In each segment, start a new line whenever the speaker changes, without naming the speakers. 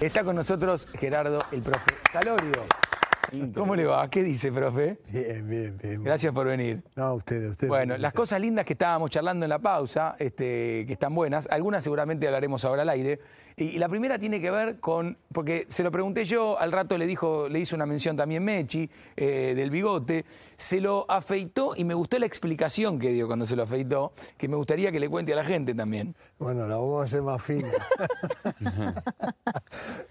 Está con nosotros Gerardo, el profe Salorio. ¿Cómo le va? ¿Qué dice, profe?
Bien, bien, bien.
Gracias por venir.
No, a ustedes, a ustedes.
Bueno, las cosas lindas que estábamos charlando en la pausa, este, que están buenas, algunas seguramente hablaremos ahora al aire. Y, y la primera tiene que ver con, porque se lo pregunté yo, al rato le dijo, le hizo una mención también Mechi, eh, del bigote, se lo afeitó y me gustó la explicación que dio cuando se lo afeitó, que me gustaría que le cuente a la gente también.
Bueno, la vamos a hacer más fina.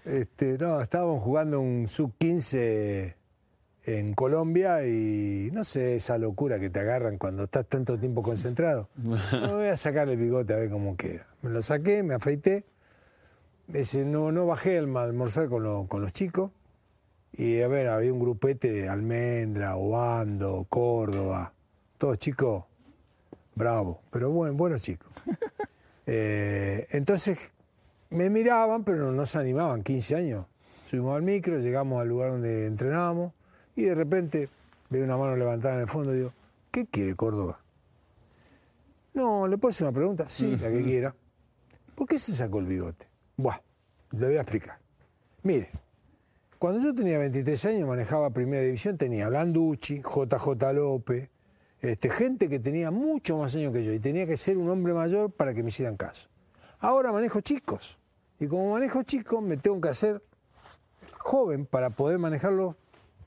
este, no, estábamos jugando un sub-15 en Colombia y no sé, esa locura que te agarran cuando estás tanto tiempo concentrado. Me voy a sacar el bigote a ver cómo queda. Me lo saqué, me afeité. Ese, no, no bajé al almorzar con, lo- con los chicos. Y a ver, había un grupete de Almendra, Obando, Córdoba, todos chicos bravos, pero buen- buenos chicos. Eh, entonces me miraban, pero no se animaban, 15 años. Subimos al micro, llegamos al lugar donde entrenábamos y de repente veo una mano levantada en el fondo y digo, ¿qué quiere Córdoba? No, ¿le puedo hacer una pregunta? Sí, la que quiera. ¿Por qué se sacó el bigote? Buah, le voy a explicar. Mire, cuando yo tenía 23 años manejaba Primera División, tenía Landucci, JJ López, este, gente que tenía mucho más años que yo y tenía que ser un hombre mayor para que me hicieran caso. Ahora manejo chicos y como manejo chicos me tengo que hacer joven para poder manejarlo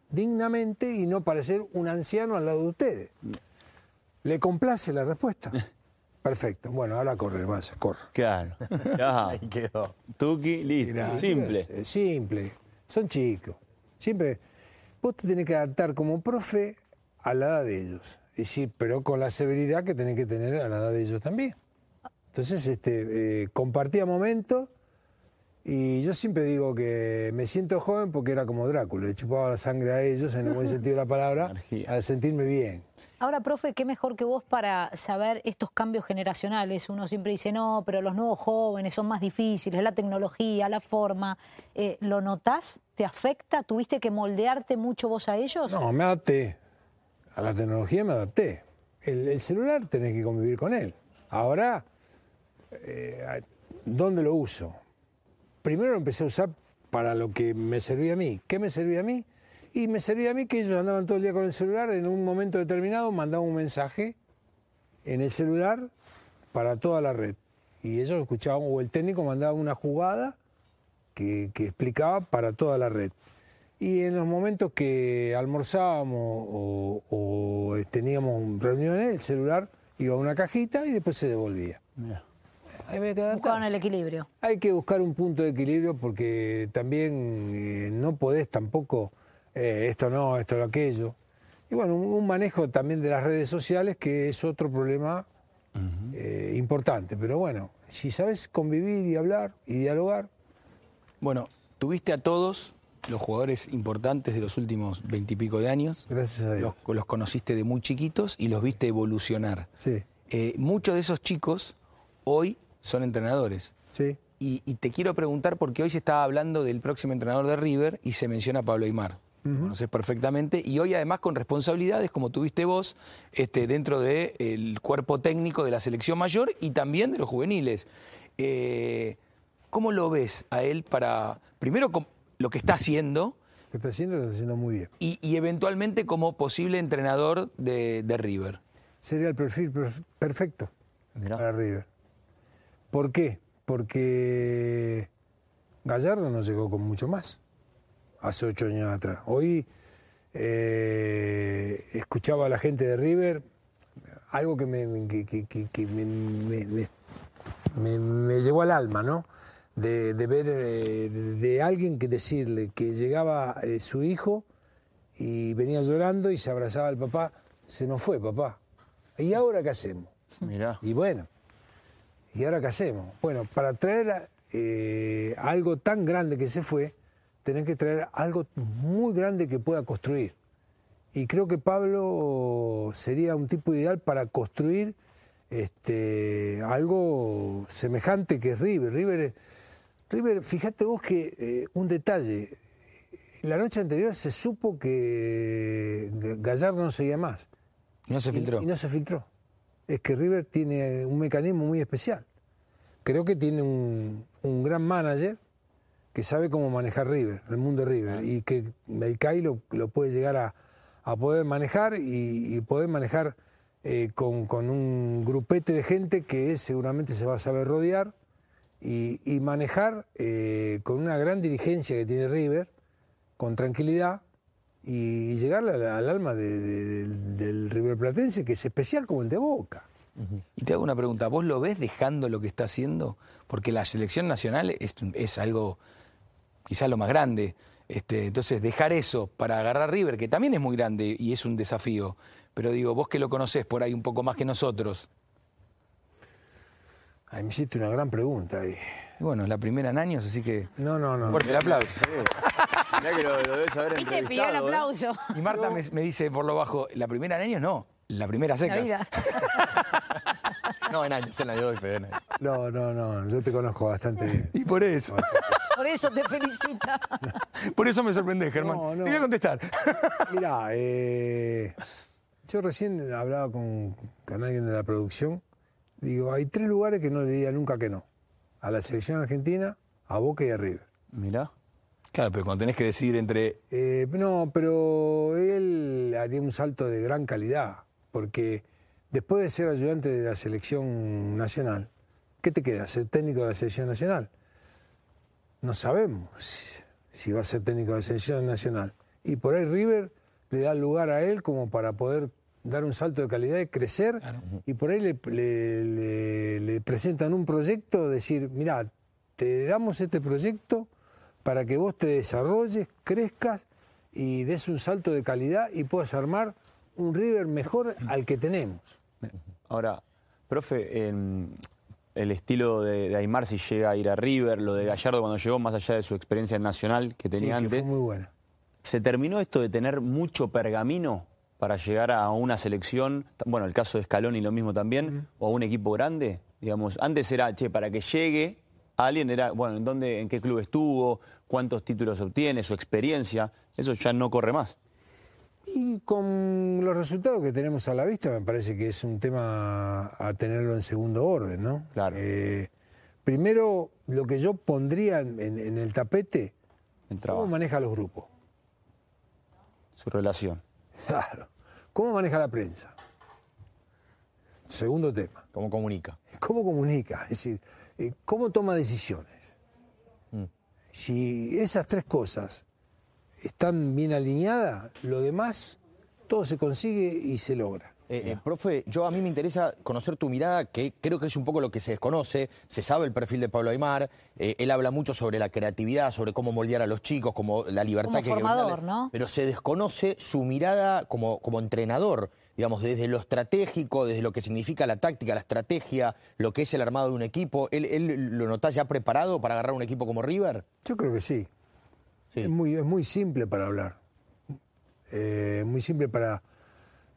dignamente y no parecer un anciano al lado de ustedes. ¿Le complace la respuesta? Perfecto. Bueno, ahora corre, vaya, corre.
Claro. Ya. Ahí quedó. Tuki, listo. Simple.
Es simple. Son chicos. Siempre. Vos te tenés que adaptar como profe a la edad de ellos. Y sí, pero con la severidad que tenés que tener a la edad de ellos también. Entonces, este, eh, compartía momentos. Y yo siempre digo que me siento joven porque era como Drácula. Le chupaba la sangre a ellos, en el buen sentido de la palabra,
Energía.
al sentirme bien.
Ahora, profe, qué mejor que vos para saber estos cambios generacionales. Uno siempre dice, no, pero los nuevos jóvenes son más difíciles, la tecnología, la forma. Eh, ¿Lo notás? ¿Te afecta? ¿Tuviste que moldearte mucho vos a ellos?
No, me adapté. A la tecnología me adapté. El, el celular tenés que convivir con él. Ahora, eh, ¿dónde lo uso? Primero lo empecé a usar para lo que me servía a mí. ¿Qué me servía a mí? Y me servía a mí que ellos andaban todo el día con el celular, en un momento determinado mandaban un mensaje en el celular para toda la red. Y ellos escuchaban, o el técnico mandaba una jugada que, que explicaba para toda la red. Y en los momentos que almorzábamos o, o, eh, teníamos reuniones, el celular iba a una cajita y después se devolvía.
Mirá.
Ahí había que
Buscaban
adaptarse.
el equilibrio.
Hay que buscar un punto de equilibrio porque también eh, no podés tampoco eh, esto no, esto no, aquello. Y bueno, un, un manejo también de las redes sociales que es otro problema eh, importante. Pero bueno, si sabes convivir y hablar y dialogar,
Bueno, tuviste a todos los jugadores importantes de los últimos veintipico de años.
gracias a Dios.
Los, los conociste de muy chiquitos y los viste evolucionar.
Sí,
Eh, muchos de esos chicos hoy son entrenadores.
sí.
Y, y te quiero preguntar porque hoy se estaba hablando del próximo entrenador de River y se menciona a Pablo Aymar. Lo conoces perfectamente. Y hoy además con responsabilidades como tuviste vos este, dentro del cuerpo técnico de la selección mayor y también de los juveniles. Eh, ¿Cómo lo ves a él para, primero, com- lo que está haciendo
Lo que está haciendo lo está haciendo muy bien.
y, y eventualmente como posible entrenador de, de River?
Sería el perfil perf- perfecto
Mirá.
para River. ¿Por qué? Porque Gallardo no llegó con mucho más hace ocho años atrás. Hoy eh, escuchaba a la gente de River algo que me, que- que- que- que me- me- me- me- me llegó al alma, ¿no? De, de ver, eh, de, de alguien que decirle que llegaba eh, su hijo y venía llorando y se abrazaba al papá, se nos fue papá. ¿Y ahora qué hacemos?
Mirá.
Y bueno, ¿y ahora qué hacemos? Bueno, para traer eh, algo tan grande que se fue, tenés que traer algo muy grande que pueda construir. Y creo que Pablo sería un tipo ideal para construir este, algo semejante que es River. River, es- River fíjate vos que eh, un detalle, la noche anterior se supo que Gallardo no seguía más.
No se
Y-
filtró.
Y, no se filtró. Es que River tiene un mecanismo muy especial. Creo que tiene un, un gran manager que sabe cómo manejar River, el mundo
Ah.
River, y que el CAI lo, lo puede llegar a, a poder manejar y, y poder manejar eh, con, con un grupete de gente que él seguramente se va a saber rodear y, y manejar eh, con una gran dirigencia que tiene River, con tranquilidad y, y llegar al, al alma de- de- del, del River Platense, que es especial como el de Boca.
Y te hago una pregunta, ¿vos lo ves dejando lo que está haciendo? Porque la selección nacional es, es algo quizás lo más grande. Este, entonces, dejar eso para agarrar River, que también es muy grande y es un desafío, pero digo, vos que lo conocés por ahí un poco más que nosotros,
Ahí me hiciste una gran pregunta ahí.
y bueno, es la primera en años, así que
No, no, no.
fuerte el aplauso.
Mirá que lo, lo debes haber
Viste, pidió el
entrevistado, ¿eh?
aplauso.
Y Marta me, me dice por lo bajo, la primera en años no, la primera
La
seca.
vida.
No, en años, en la de hoy, Fede. en años.
No, no, no. Yo te conozco bastante bien.
Y por eso,
Por eso te felicita.
por eso me sorprendés, Germán.
No, no.
Te voy a contestar.
Mirá, eh, yo recién hablaba con, con alguien de la producción. Digo, hay tres lugares que no le diría nunca que no. A la selección argentina, a Boca y a River.
Mirá.
Claro, pero cuando tenés que decidir entre
Eh, no, pero él haría un salto de gran calidad, porque después de ser ayudante de la selección nacional, ¿qué te queda? ¿Ser técnico de la selección nacional? No sabemos si, si va a ser técnico de la selección nacional. Y por ahí River le da lugar a él como para poder dar un salto de calidad y crecer. Y por ahí le, le- le- le presentan un proyecto, decir, mirá, te damos este proyecto para que vos te desarrolles, crezcas y des un salto de calidad y puedas armar un River mejor al que tenemos.
Ahora, profe, en el estilo de, de Aymar si llega a ir a River, lo de Gallardo cuando llegó, más allá de su experiencia nacional que tenía
Sí, que
antes,
fue muy buena.
¿se terminó esto de tener mucho pergamino para llegar a una selección? T- Bueno, el caso de Scaloni lo mismo también, o a un equipo grande. Digamos, antes era, che, para que llegue alguien era, bueno, ¿en, dónde, ¿en qué club estuvo? ¿Cuántos títulos obtiene? ¿Su experiencia? Eso ya no corre más.
Y con los resultados que tenemos a la vista, me parece que es un tema a tenerlo en segundo orden, ¿no?
Claro.
Eh, primero, lo que yo pondría en, en- en el tapete,
El
¿cómo
trabajo,
maneja los grupos?
su relación.
Claro. ¿Cómo maneja la prensa? Segundo tema.
¿Cómo comunica?
¿Cómo comunica? Es decir, eh, ¿cómo toma decisiones?
Mm.
Si esas tres cosas están bien alineadas, lo demás todo se consigue y se logra.
Eh, eh, profe, yo a mí me interesa conocer tu mirada, que creo que es un poco lo que se desconoce. Se sabe el perfil de Pablo Aymar. eh, él habla mucho sobre la creatividad, sobre cómo moldear a los chicos, como la libertad
Como
que
formador,
brindarle.
¿no?
Pero se desconoce su mirada como, como entrenador, digamos, desde lo estratégico, desde lo que significa la táctica, la estrategia, lo que es el armado de un equipo. ¿Él, él lo notás ya preparado para agarrar un equipo como River?
Yo creo que sí.
Sí.
Es, muy, es muy simple para hablar. Eh, muy simple para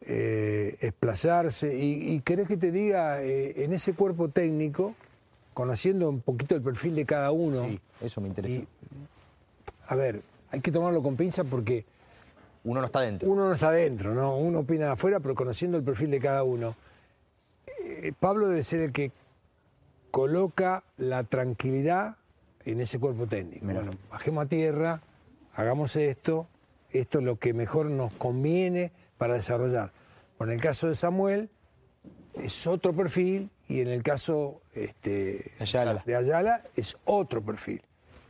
eh, desplazarse. Y, y querés que te diga, eh, en ese cuerpo técnico, conociendo un poquito el perfil de cada uno,
Sí, eso me interesa.
Y- a ver, hay que tomarlo con pinza porque
Uno no está dentro.
Uno no está adentro, ¿no? Uno opina de afuera, pero conociendo el perfil de cada uno. Eh, Pablo debe ser el que coloca la tranquilidad en ese cuerpo técnico. Bueno, bajemos a tierra, hagamos esto, esto es lo que mejor nos conviene para desarrollar. Bueno, en el caso de Samuel, es otro perfil, y en el caso este,
Ayala.
de Ayala, es otro perfil,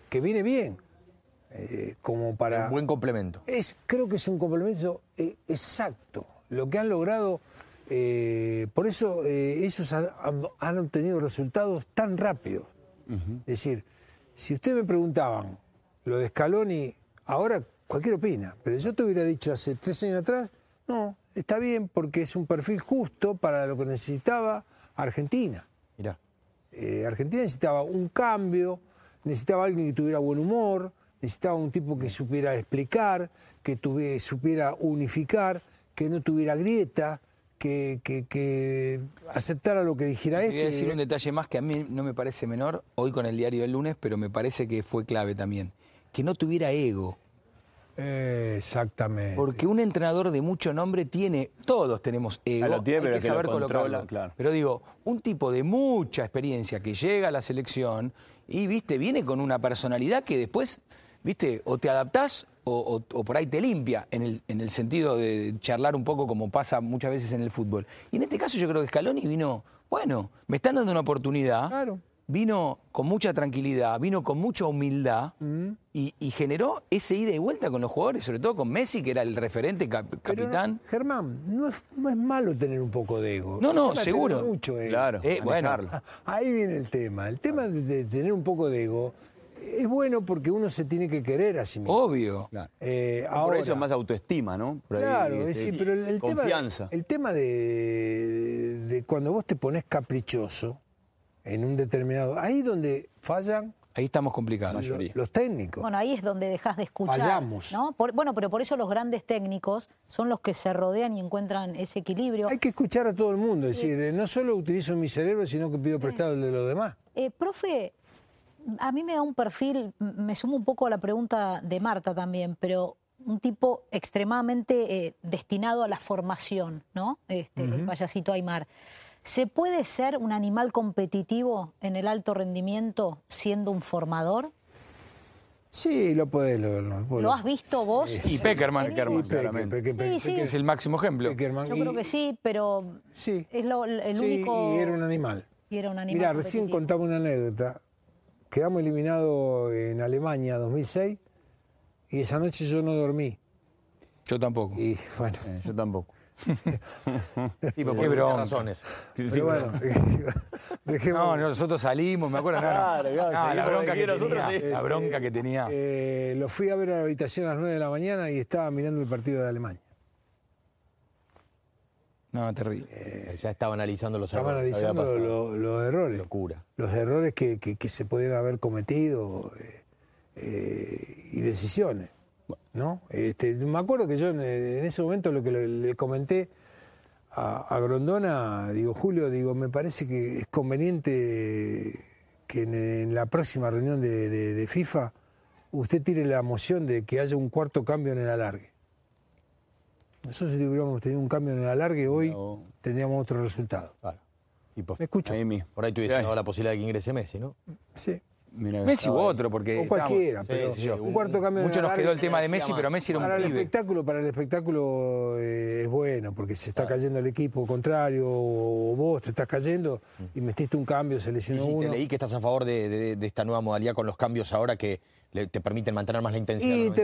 que viene bien, eh, como para...
Un buen complemento.
Es, creo que es un complemento eh, exacto. Lo que han logrado, eh, por eso eh, ellos han, han- han obtenido resultados tan rápidos. Es decir, si ustedes me preguntaban lo de Scaloni, ahora cualquier opina, pero yo te hubiera dicho hace tres años atrás, no, está bien porque es un perfil justo para lo que necesitaba Argentina.
Mirá.
Eh, Argentina necesitaba un cambio, necesitaba alguien que tuviera buen humor, necesitaba un tipo que supiera explicar, que tuve- supiera unificar, que no tuviera grieta, que, que- que aceptara lo que dijera
Quería
este.
decir un detalle más que a mí no me parece menor, hoy con el diario del lunes, pero me parece que fue clave también. Que no tuviera ego.
Eh, exactamente.
Porque un entrenador de mucho nombre tiene, todos tenemos ego,
Ah, lo tiene,
hay
pero
que,
que lo
saber
controla,
colocarlo.
claro.
Pero digo, un tipo de mucha experiencia que llega a la selección y, viste, viene con una personalidad que después, viste, o te adaptás o, o- o por ahí te limpia, en el, en el sentido de charlar un poco como pasa muchas veces en el fútbol. Y en este caso yo creo que Scaloni vino, bueno, me están dando una oportunidad.
Claro.
Vino con mucha tranquilidad, vino con mucha humildad y, y generó ese ida y vuelta con los jugadores, sobre todo con Messi, que era el referente cap-
Pero no-
capitán.
Germán, no es, no es malo tener un poco de ego.
No, no,
El tema es tener
seguro.
Mucho ego.
Claro,
Eh, bueno.
manejarlo.
Ah, Ahí viene el tema. El tema de, de tener un poco de ego es bueno porque uno se tiene que querer a sí
Oh.
mismo.
Obvio.
Claro.
Eh,
Por
ahora,
eso es más autoestima, ¿no? Por ahí,
Claro, es
este,
decir, pero el, el tema,
confianza.
el tema de, de cuando vos te pones caprichoso en un determinado... Ahí donde fallan
Ahí estamos complicados.
lo- los técnicos.
Bueno, ahí es donde dejas de escuchar.
Fallamos.
¿no? Por- bueno, pero por eso los grandes técnicos son los que se rodean y encuentran ese equilibrio.
Hay que escuchar a todo el mundo, es decir, eh, no solo utilizo mi cerebro, sino que pido prestado el de los demás.
Eh, profe, a mí me da un perfil, m- me sumo un poco a la pregunta de Marta también, pero un tipo extremadamente eh, destinado a la formación, ¿no? Este, El payasito Aymar. ¿Se puede ser un animal competitivo en el alto rendimiento siendo un formador?
Sí, lo podés lograr. pues
¿Lo, has visto vos?
Y Peckerman, Peckerman,
Sí,
claramente.
Peque- Peque-
Sí,
que
Peque-
es el máximo ejemplo.
Pequerman.
Yo
Y-
creo que sí, pero
Sí.
es lo- el
Sí,
único...
Y era un animal.
y era un animal
Mirá, recién
competitivo.
contaba una anécdota. Quedamos eliminados en Alemania 2006 y esa noche yo no dormí.
Yo tampoco.
Y bueno,
Eh, yo tampoco.
Sí, pero
Qué
por distintas
bronca.
razones.
pero bueno, dejemos-
No, no, nosotros salimos, me acuerdo. no, no.
Claro, claro,
No, la
seguimos
bronca
aquí,
que
nosotros
tenía.
sí.
La bronca que tenía.
Eh, lo fui a ver a la habitación a las 9 de la mañana y estaba mirando el partido de Alemania.
No, terrible.
eh, ya estaba analizando los
Estaba
errores.
analizando
Había pasado.
lo- los errores.
Locura.
Los errores que, que- que se podían haber cometido eh, eh, y decisiones. ¿no? Este, me acuerdo que yo en, en ese momento lo que le, le comenté a, a Grondona, digo, Julio, digo, me parece que es conveniente que en, en la próxima reunión de, de- de FIFA usted tire la moción de que haya un cuarto cambio en el alargue. Nosotros si hubiéramos tenido un cambio en el alargue, hoy
No.
tendríamos otro resultado.
Claro. Y pues,
¿Me escucho?
Ahí mismo.
por ahí tuviese dado la posibilidad de que ingrese Messi, ¿no?
Sí.
Mira,
Messi u
estaba ahí.
otro, porque.
O cualquiera,
Sí,
pero
sí, yo.
un cuarto cambio en
Mucho
el
nos quedó
alargue.
el tema de Messi, pero Messi era
Para
un
el
pibe.
espectáculo, para el espectáculo eh, es bueno, porque se está cayendo el equipo contrario, o vos te estás cayendo y metiste un cambio, se
Y
lesionó
si te
uno.
leí que estás a favor de, de- de esta nueva modalidad con los cambios ahora que le- te permiten mantener más la intensidad.
Y te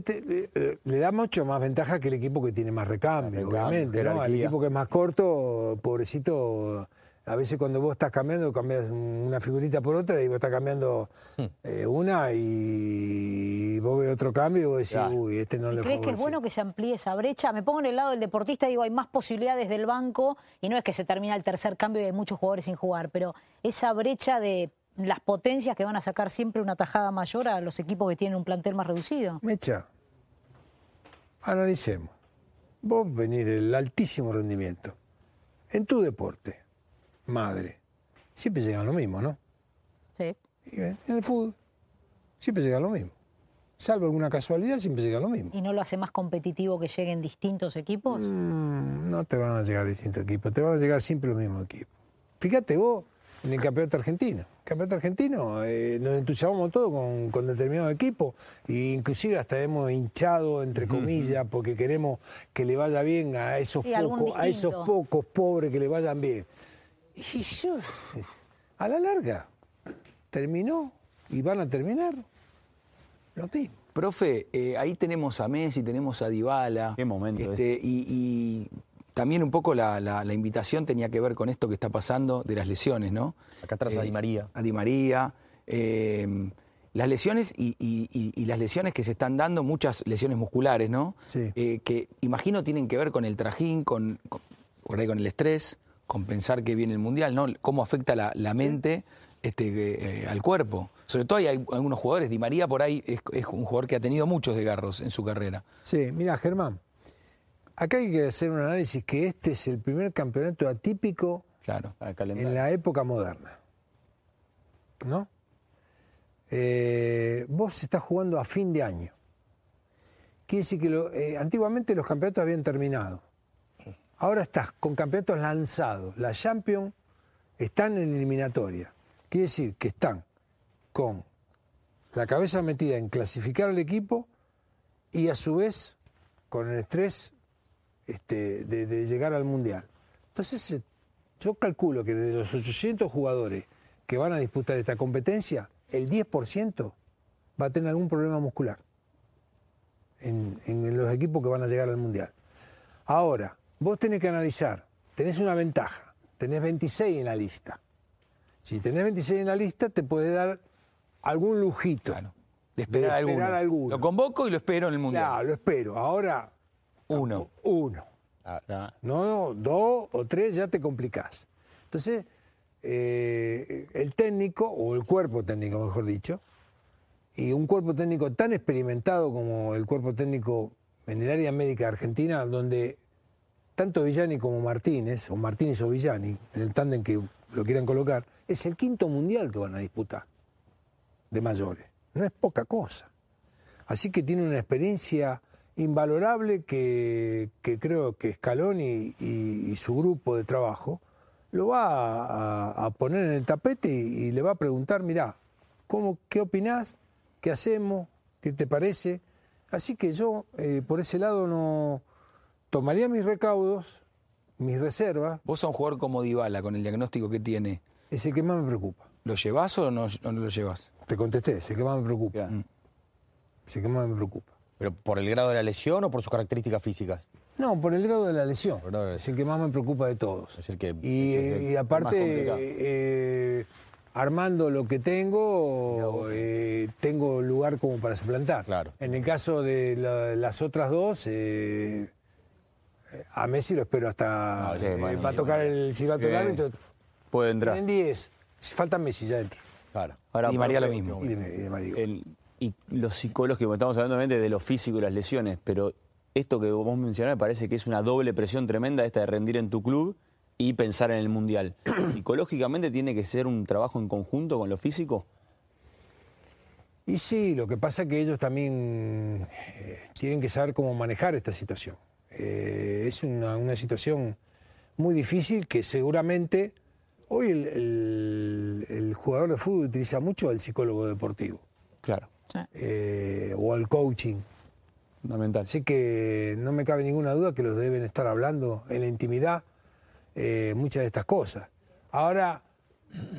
permite, te- eh, eh, le da mucho más ventaja que el equipo que tiene más recambio, obviamente. ¿no? Al
jerarquía.
equipo que es más corto, pobrecito, a veces cuando vos estás cambiando, cambias una figurita por otra y vos estás cambiando
Hmm.
eh, una y vos ves otro cambio y vos decís,
Claro.
uy, este no
¿Y
le
¿Crees que es
favorece".
bueno que se amplíe esa brecha? Me pongo en el lado del deportista y digo, hay más posibilidades del banco y no es que se termina el tercer cambio y hay muchos jugadores sin jugar, pero esa brecha de las potencias que van a sacar siempre una tajada mayor a los equipos que tienen un plantel más reducido.
Mecha, analicemos. Vos venís del altísimo rendimiento. En tu deporte, madre, siempre llegan lo mismo, ¿no?
Sí.
Y En el fútbol, siempre llega lo mismo. Salvo alguna casualidad, siempre llega lo mismo.
¿Y no lo hace más competitivo que lleguen distintos equipos?
Mm, No te van a llegar distintos equipos, te van a llegar siempre los mismos equipos. Fíjate vos en el campeonato argentino. El campeonato argentino eh, nos entusiasmamos todos con, con determinados equipos e inclusive hasta hemos hinchado, entre comillas, porque queremos que le vaya bien a esos,
Sí, algún
pocos, a esos
distinto.
pocos pobres que le vayan bien. Y yo, a la larga, terminó y van a terminar lo mismo.
Profe, eh, ahí tenemos a Messi, tenemos a Dybala.
Qué momento
Este, y, y también un poco la, la- la invitación tenía que ver con esto que está pasando de las lesiones, ¿no?
Acá atrás
Eh.
a Di María.
A Di María. eh, las lesiones y, y- y- y las lesiones que se están dando, muchas lesiones musculares, ¿no?
Sí.
Eh, que imagino tienen que ver con el trajín, con, con- por ahí con el estrés, con pensar que viene el mundial, ¿no? Cómo afecta la, la mente este, eh, al cuerpo. Sobre todo hay, al- algunos jugadores. Di María por ahí es, es un jugador que ha tenido muchos desgarros en su carrera.
Sí, mira, Germán, acá hay que hacer un análisis que este es el primer campeonato atípico
Claro.
Ah,
en
calendario.
la época moderna. ¿No? Eh, vos estás jugando a fin de año. Quiere decir que lo- eh, antiguamente los campeonatos habían terminado. Ahora estás con campeonatos lanzados. La Champions están en eliminatoria. Quiere decir que están con la cabeza metida en clasificar al equipo y a su vez con el estrés este, de, de llegar al Mundial. Entonces, eh, yo calculo que de los 800 jugadores que van a disputar esta competencia, el 10% va a tener algún problema muscular en, en los equipos que van a llegar al Mundial. Ahora, vos tenés que analizar, tenés una ventaja, tenés 26 en la lista. Si tenés 26 en la lista, te puede dar algún lujito.
Claro. De esperar,
De esperar
alguno.
alguno.
Lo convoco y lo espero en el Mundial.
Claro, lo espero. Ahora,
Uno.
uno.
Ah,
No, no, dos o tres ya te complicás. Entonces, eh, el técnico, o el cuerpo técnico, mejor dicho, y un cuerpo técnico tan experimentado como el cuerpo técnico en el área médica argentina, donde tanto Villani como Martínez, o Martínez o Villani, en el tándem que lo quieran colocar, es el quinto mundial que van a disputar de mayores. No es poca cosa. Así que tiene una experiencia invalorable que, que creo que Scaloni y, y su grupo de trabajo lo va a, a poner en el tapete y, y le va a preguntar, mirá, ¿cómo, ¿qué opinás? ¿Qué hacemos? ¿Qué te parece? Así que yo eh, por ese lado no tomaría mis recaudos, mis reservas,
Vos a un jugador como Dybala, con el diagnóstico que tiene,
es el que más me preocupa.
¿lo llevas o no, o no lo llevas?
Te contesté, es el que más me preocupa.
mirá.
Es el que más me preocupa.
¿Pero por el grado de la lesión o por sus características físicas?
No, por el grado de la lesión.
Por el grado de la
Es el que más me preocupa de todos.
Es el que-
y,
el que-
y
el más
aparte,
complicado.
eh, armando lo que tengo, eh, tengo lugar como para suplantar.
Claro.
En el caso de la- las otras dos, eh, a Messi lo espero hasta...
Ah, sí,
eh,
bueno,
va a
sí,
tocar el silbato
Sí.
del árbitro.
Puede entrar.
En 10. Falta Messi, ya eh, entiendo.
Claro.
Ahora,
Di María lo
profe,
mismo.
Y de- y de Marigo.
el- y los psicólogos, que estamos hablando obviamente de lo físico y las lesiones, pero esto que vos mencionás me parece que es una doble presión tremenda esta de rendir en tu club y pensar en el Mundial. ¿Psicológicamente tiene que ser un trabajo en conjunto con lo físico?
Y sí, lo que pasa es que ellos también eh, tienen que saber cómo manejar esta situación. Eh, es una, una situación muy difícil que seguramente hoy el, el- el jugador de fútbol utiliza mucho al psicólogo deportivo
Claro.
eh, o al coaching.
Fundamental.
Así que no me cabe ninguna duda que los deben estar hablando en la intimidad eh, muchas de estas cosas. Ahora,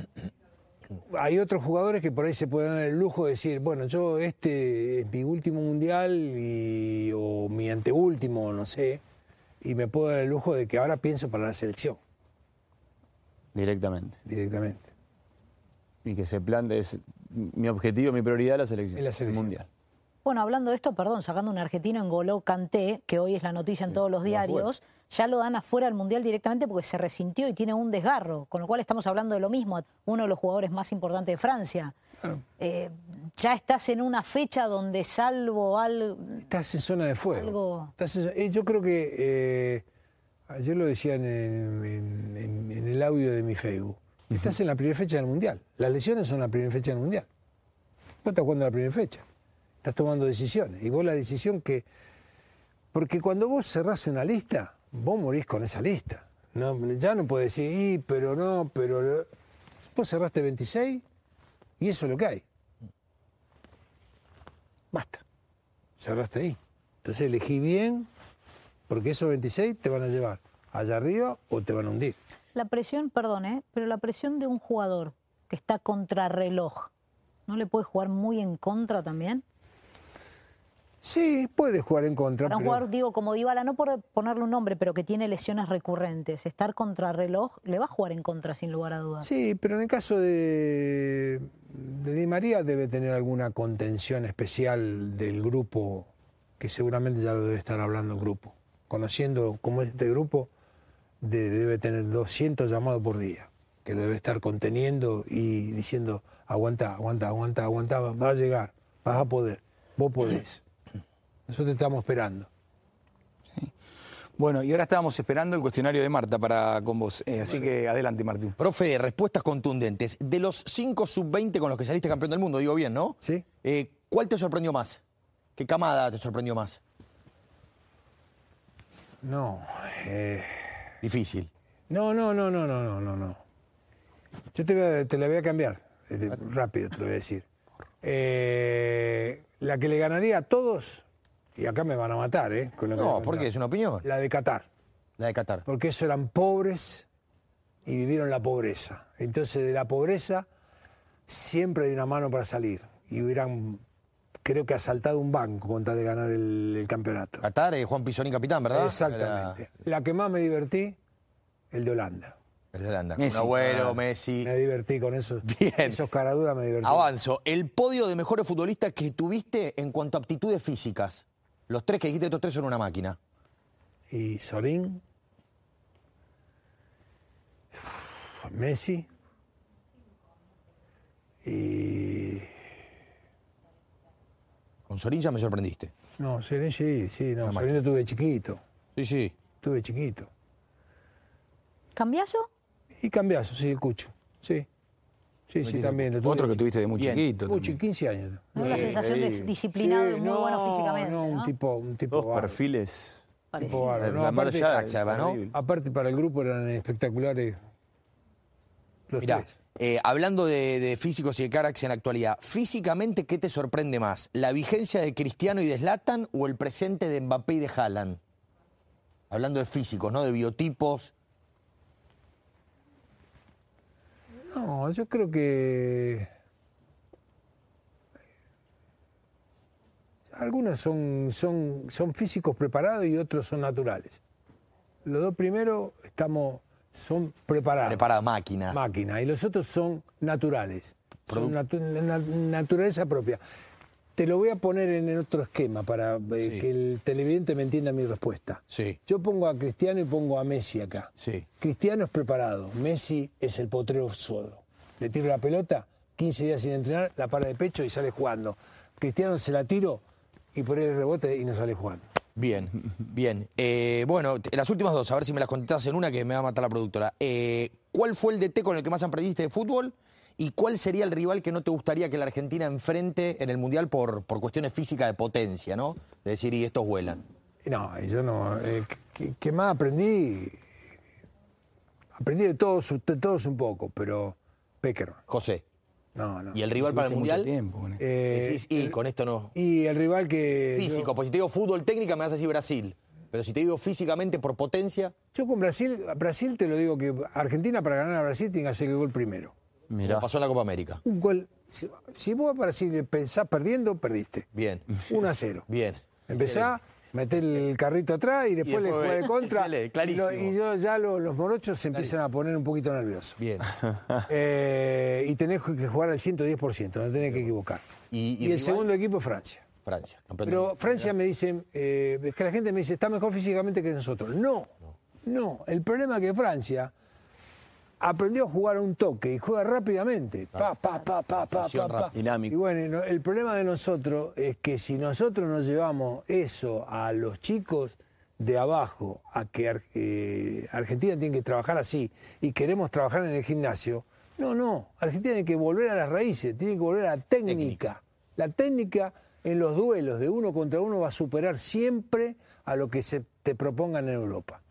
hay otros jugadores que por ahí se pueden dar el lujo de decir, bueno, yo este es mi último mundial y- o mi anteúltimo, no sé, y me puedo dar el lujo de que ahora pienso para la selección
Directamente.
directamente.
Y que se plante, es mi objetivo, mi prioridad la selección.
Es la selección.
El Mundial.
Bueno, hablando de esto, perdón, sacando un argentino en Goló Canté, que hoy es la noticia en todos los diarios, ya lo dan afuera al Mundial directamente porque se resintió y tiene un desgarro, con lo cual estamos hablando de lo mismo, uno de los jugadores más importantes de Francia. Eh, ya estás en una fecha donde salvo algo...
Estás en zona de fuego.
Algo-
Estás en- eh, yo creo que eh, ayer lo decían en, en- en- en el audio de mi Facebook. Estás en la primera fecha del mundial. Las lesiones son la primera fecha del mundial. Vos estás jugando la primera fecha. Estás tomando decisiones. Y vos la decisión que. Porque cuando vos cerrás una lista, vos morís con esa lista. No, ya no podés decir, "Y, pero no, pero. lo-". Vos cerraste 26 y eso es lo que hay. Basta cerraste ahí. Entonces elegí bien, porque esos 26 te van a llevar allá arriba o te van a hundir.
La presión, perdón, ¿eh? pero la presión de un jugador que está contrarreloj, ¿no le puede jugar muy en contra también?
Sí, puedes jugar en contra,
Para un
pero
jugador, digo, como Dybala, no por ponerle un nombre, pero que tiene lesiones recurrentes, estar contrarreloj le va a jugar en contra sin lugar a dudas.
sí, pero en el caso de, de Di María debe tener alguna contención especial del grupo, que seguramente ya lo debe estar hablando el grupo. Conociendo cómo es este grupo, de- debe tener 200 llamados por día, que lo debe estar conteniendo y diciendo, aguanta, aguanta, aguanta, aguanta, va a llegar, vas a poder, vos podés. Nosotros te estamos esperando.
Bueno, y ahora estábamos esperando el cuestionario de Marta para con vos. eh, así que adelante, Martín.
Profe, respuestas contundentes. De los 5 sub-20 con los que saliste campeón del mundo, digo bien, ¿no?
Sí.
Eh, ¿Cuál te sorprendió más? ¿Qué camada te sorprendió más?
No. eh,
Difícil.
no, no, no, no, no, no, no, no. Yo te, voy a- te la voy a cambiar. este, rápido te lo voy a decir. Eh, la que le ganaría a todos, y acá me van a matar, ¿eh? con lo que voy a
No,
contar.
porque es una opinión.
La de Qatar.
La de Qatar.
porque ellos eran pobres y vivieron la pobreza. Entonces de la pobreza siempre hay una mano para salir y hubieran, creo que, asaltado un banco con tal de ganar el, el campeonato.
Qatar es Juan Pisoni capitán, ¿verdad?
Exactamente. La que más me divertí, el de Holanda.
Era- era Holanda.
Messi. ah.
Un agüero, Messi.
Me divertí con esos,
Bien.
esos caraduras, me divertí.
Avanzo. El podio de mejores futbolistas que tuviste en cuanto a aptitudes físicas. Los tres que dijiste, estos tres son una máquina.
Y Sorín, Messi y
Con Sorín ya me sorprendiste.
No, Serén sí, sí, no, Serén lo tuve chiquito,
Sí, sí.
tuve chiquito.
¿Cambiazo?
Y cambiazo, sí, el Cucho, sí. Sí, sí, también. lo tuve
Otro que
chiquito.
tuviste de muy
Bien.
chiquito.
Cucho,
también.
15 años.
¿no? La sensación de disciplinado y
Sí,
muy bueno físicamente.
No,
No,
un tipo, un tipo
Dos
bárbaro,
perfiles.
un
Parecido.
tipo bárbaro, no,
La
aparte,
malla
Axel, ¿no?
terrible.
aparte para el grupo eran espectaculares los
Mirá,
tres.
eh, hablando de, de físicos y de carax en la actualidad, físicamente, ¿qué te sorprende más? ¿La vigencia de Cristiano y de Zlatan o el presente de Mbappé y de Haaland? Hablando de físicos, ¿no? De biotipos.
No, yo creo que. eh, Algunos son, son, son físicos preparados y otros son naturales. Los dos primeros estamos, son preparados.
Prepara máquinas.
Máquina. Y los otros son naturales. Son
Produ-
natu- na- naturaleza propia. Te lo voy a poner en otro esquema para eh,
Sí.
que el televidente me entienda mi respuesta.
Sí.
Yo pongo a Cristiano y pongo a Messi acá.
Sí.
Cristiano es preparado, Messi es el potrero suelo. Le tiro la pelota, 15 días sin entrenar, la para de pecho y sale jugando. Cristiano se la tiro y por ahí el rebote y no sale jugando.
Bien, bien. Eh, bueno, te- las últimas dos, a ver si me las contestás en una que me va a matar la productora. Eh, ¿Cuál fue el DT con el que más aprendiste de fútbol? ¿Y cuál sería el rival que no te gustaría que la Argentina enfrente en el Mundial por, por cuestiones físicas de potencia, ¿no? De decir, y estos vuelan.
Y No, y yo no. eh, ¿qué, qué más aprendí? Aprendí de todos, de todos un poco, pero Peckerman.
José,
No, no.
¿y el rival para el
Tuviste mucho
Mundial?
tiempo con él.
Eh,
Decís, y con esto no.
y el rival que.
Físico, pues si te digo fútbol técnica me vas a decir Brasil. Pero si te digo físicamente por potencia,
Yo, yo con Brasil, Brasil te lo digo que Argentina para ganar a Brasil tiene que hacer el gol primero.
como pasó en la Copa América.
Un gol. Si, si vos a Brasil pensás perdiendo, perdiste.
Bien,
1 a 0.
bien. Eh,
Empezá, meter el carrito atrás y después,
después
le
ve-
juega de contra.
Excelente,
y, lo-
clarísimo.
y yo ya lo- los morochos se empiezan a poner un poquito nerviosos.
Bien.
Eh, y tenés que jugar al 110%, no tenés que equivocar.
¿Y- y
el
rival?
segundo equipo es Francia.
Francia, campeón del
Pero
mundo.
Francia me dicen, eh, es que la gente me dice, está mejor físicamente que nosotros. No, no. El problema es que Francia aprendió a jugar a un toque y juega rápidamente. Pa, pa, pa, pa, pa, pa,
Sensación
pa.
rápida.
Dinámico.
Y bueno, y no- el problema de nosotros es que si nosotros nos llevamos eso a los chicos de abajo, a que Ar- eh, Argentina tiene que trabajar así y queremos trabajar en el gimnasio, no, no. Argentina tiene que volver a las raíces, tiene que volver a la técnica. La técnica en los duelos de uno contra uno va a superar siempre a lo que se te propongan en Europa.